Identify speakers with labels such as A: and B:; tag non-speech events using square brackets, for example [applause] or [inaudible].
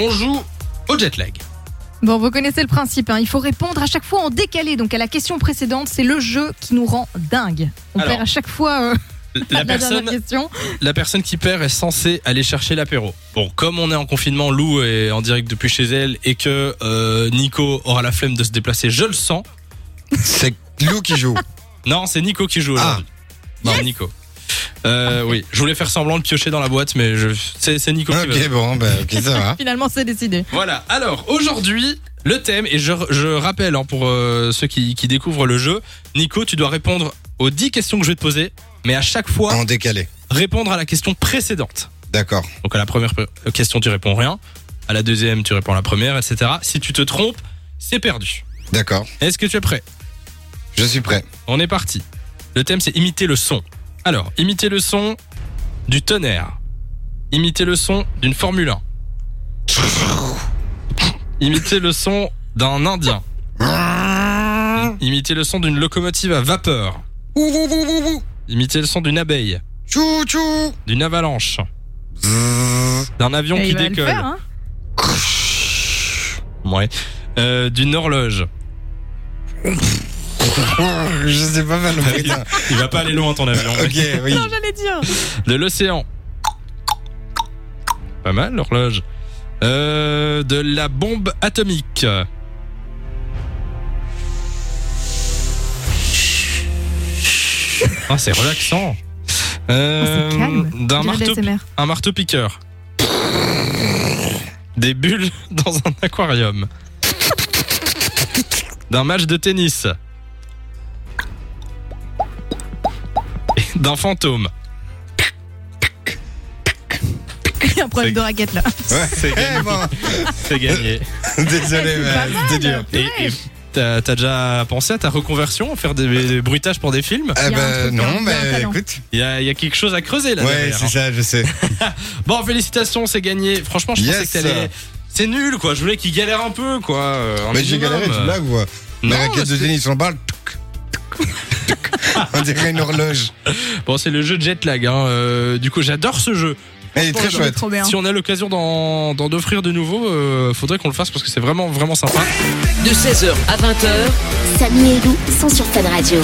A: On joue au jet lag.
B: Bon, vous connaissez le principe, hein. il faut répondre à chaque fois en décalé. Donc à la question précédente, c'est le jeu qui nous rend dingue. On
A: Alors.
B: perd à chaque fois euh,
A: La
B: la dernière
A: personne,
B: question.
A: la personne qui perd est censée aller chercher l'apéro. Bon, comme on est en confinement, Lou est en direct depuis chez elle et que euh, Nico aura la flemme de se déplacer, je le sens.
C: C'est Lou qui joue.
A: Non, c'est Nico qui joue aujourd'hui. Non, Nico. Euh, oui, je voulais faire semblant de piocher dans la boîte, mais je... c'est c'est Nico qui va.
C: ok, bon, bah, ok, ça
A: Ah.
B: [laughs]
C: va.
B: Finalement, c'est décidé.
A: Voilà, alors aujourd'hui, le thème, et je, je rappelle hein, pour euh, ceux qui, qui découvrent le jeu, Nico, tu dois répondre aux 10 questions que je vais te poser, mais à chaque fois,
C: En décalé.
A: répondre à la question précédente.
C: D'accord.
A: Donc à la première pe- euh, question, tu réponds rien. À la deuxième, tu réponds la première, etc. Si tu te trompes, c'est perdu.
C: D'accord.
A: Est-ce que tu es prêt
C: Je suis prêt.
A: On est parti. Le thème, c'est imiter le son. Alors, imiter le son du tonnerre. Imiter le son d'une Formule 1. Imiter le son d'un Indien.
B: Ah.
A: Imiter le son d'une locomotive à vapeur.
C: Ouh, ouh, ouh, ouh, ouh.
A: Imiter le son d'une abeille.
C: Chou,
B: [laughs]
C: chou.
A: D'une avalanche. D'un avion
B: Et
A: qui
B: il va le
A: décolle.
B: faire, hein.
A: Ouais. Euh, d'une horloge.
C: Je sais pas mal.
A: [laughs]
C: mais putain.
A: Il va pas aller loin ton [laughs] avion.
C: ok, oui.
B: Non, j'allais dire.
A: De l'océan. Pas mal l'horloge. Euh, de la bombe atomique. Ah, c'est relaxant. Euh,
B: Oh, c'est calme.
A: D'un
B: Du
A: marteau,
B: ASMR.
A: un marteau piqueur. Des bulles [laughs] dans un aquarium. D'un match de tennis. Et D'un fantôme.
B: [laughs] Il y a un problème
A: C'est-
B: de raquette là.
C: Ouais.
A: C'est gagné.
C: Eh, bon.
A: C'est gagné.
C: Désolé,
B: C'est pas
C: mais
B: mal.
C: c'était dur. Eh
A: Et et t'as t'as déjà pensé à ta reconversion, à faire des, des bruitages pour des films
C: Ah
B: Il y a un
C: bah
B: truc, il y a
C: non,
B: un
C: bah
B: talent.
C: écoute.
A: Il y a, il y a quelque chose à creuser là.
C: Ouais,
A: derrière. hein.
C: c'est ça, je sais.
A: Bon, félicitations, c'est gagné. Franchement, je
C: Yes.
A: pensais que t'allais. C'est nul quoi, je voulais qu'il galère un peu quoi. euh, un
C: Mais j'ai
A: minimum.
C: galéré, tu blagues ou quoi
A: Non,
C: La raquette de
A: c'est-
C: tennis, on parle. Tuc, tuc, tuc. [laughs] On dirait une horloge.
A: Bon, c'est le jeu de jet lag. hein, euh, du coup, j'adore ce jeu.
C: Elle est très
A: Bon,
C: chouette.
B: Trop bien.
A: Si on a l'occasion d'en d'en offrir de nouveau, euh, faudrait qu'on le fasse parce que c'est vraiment vraiment sympa.
D: de 16h à 20h.
E: Samy et Lou sont sur Fun Radio.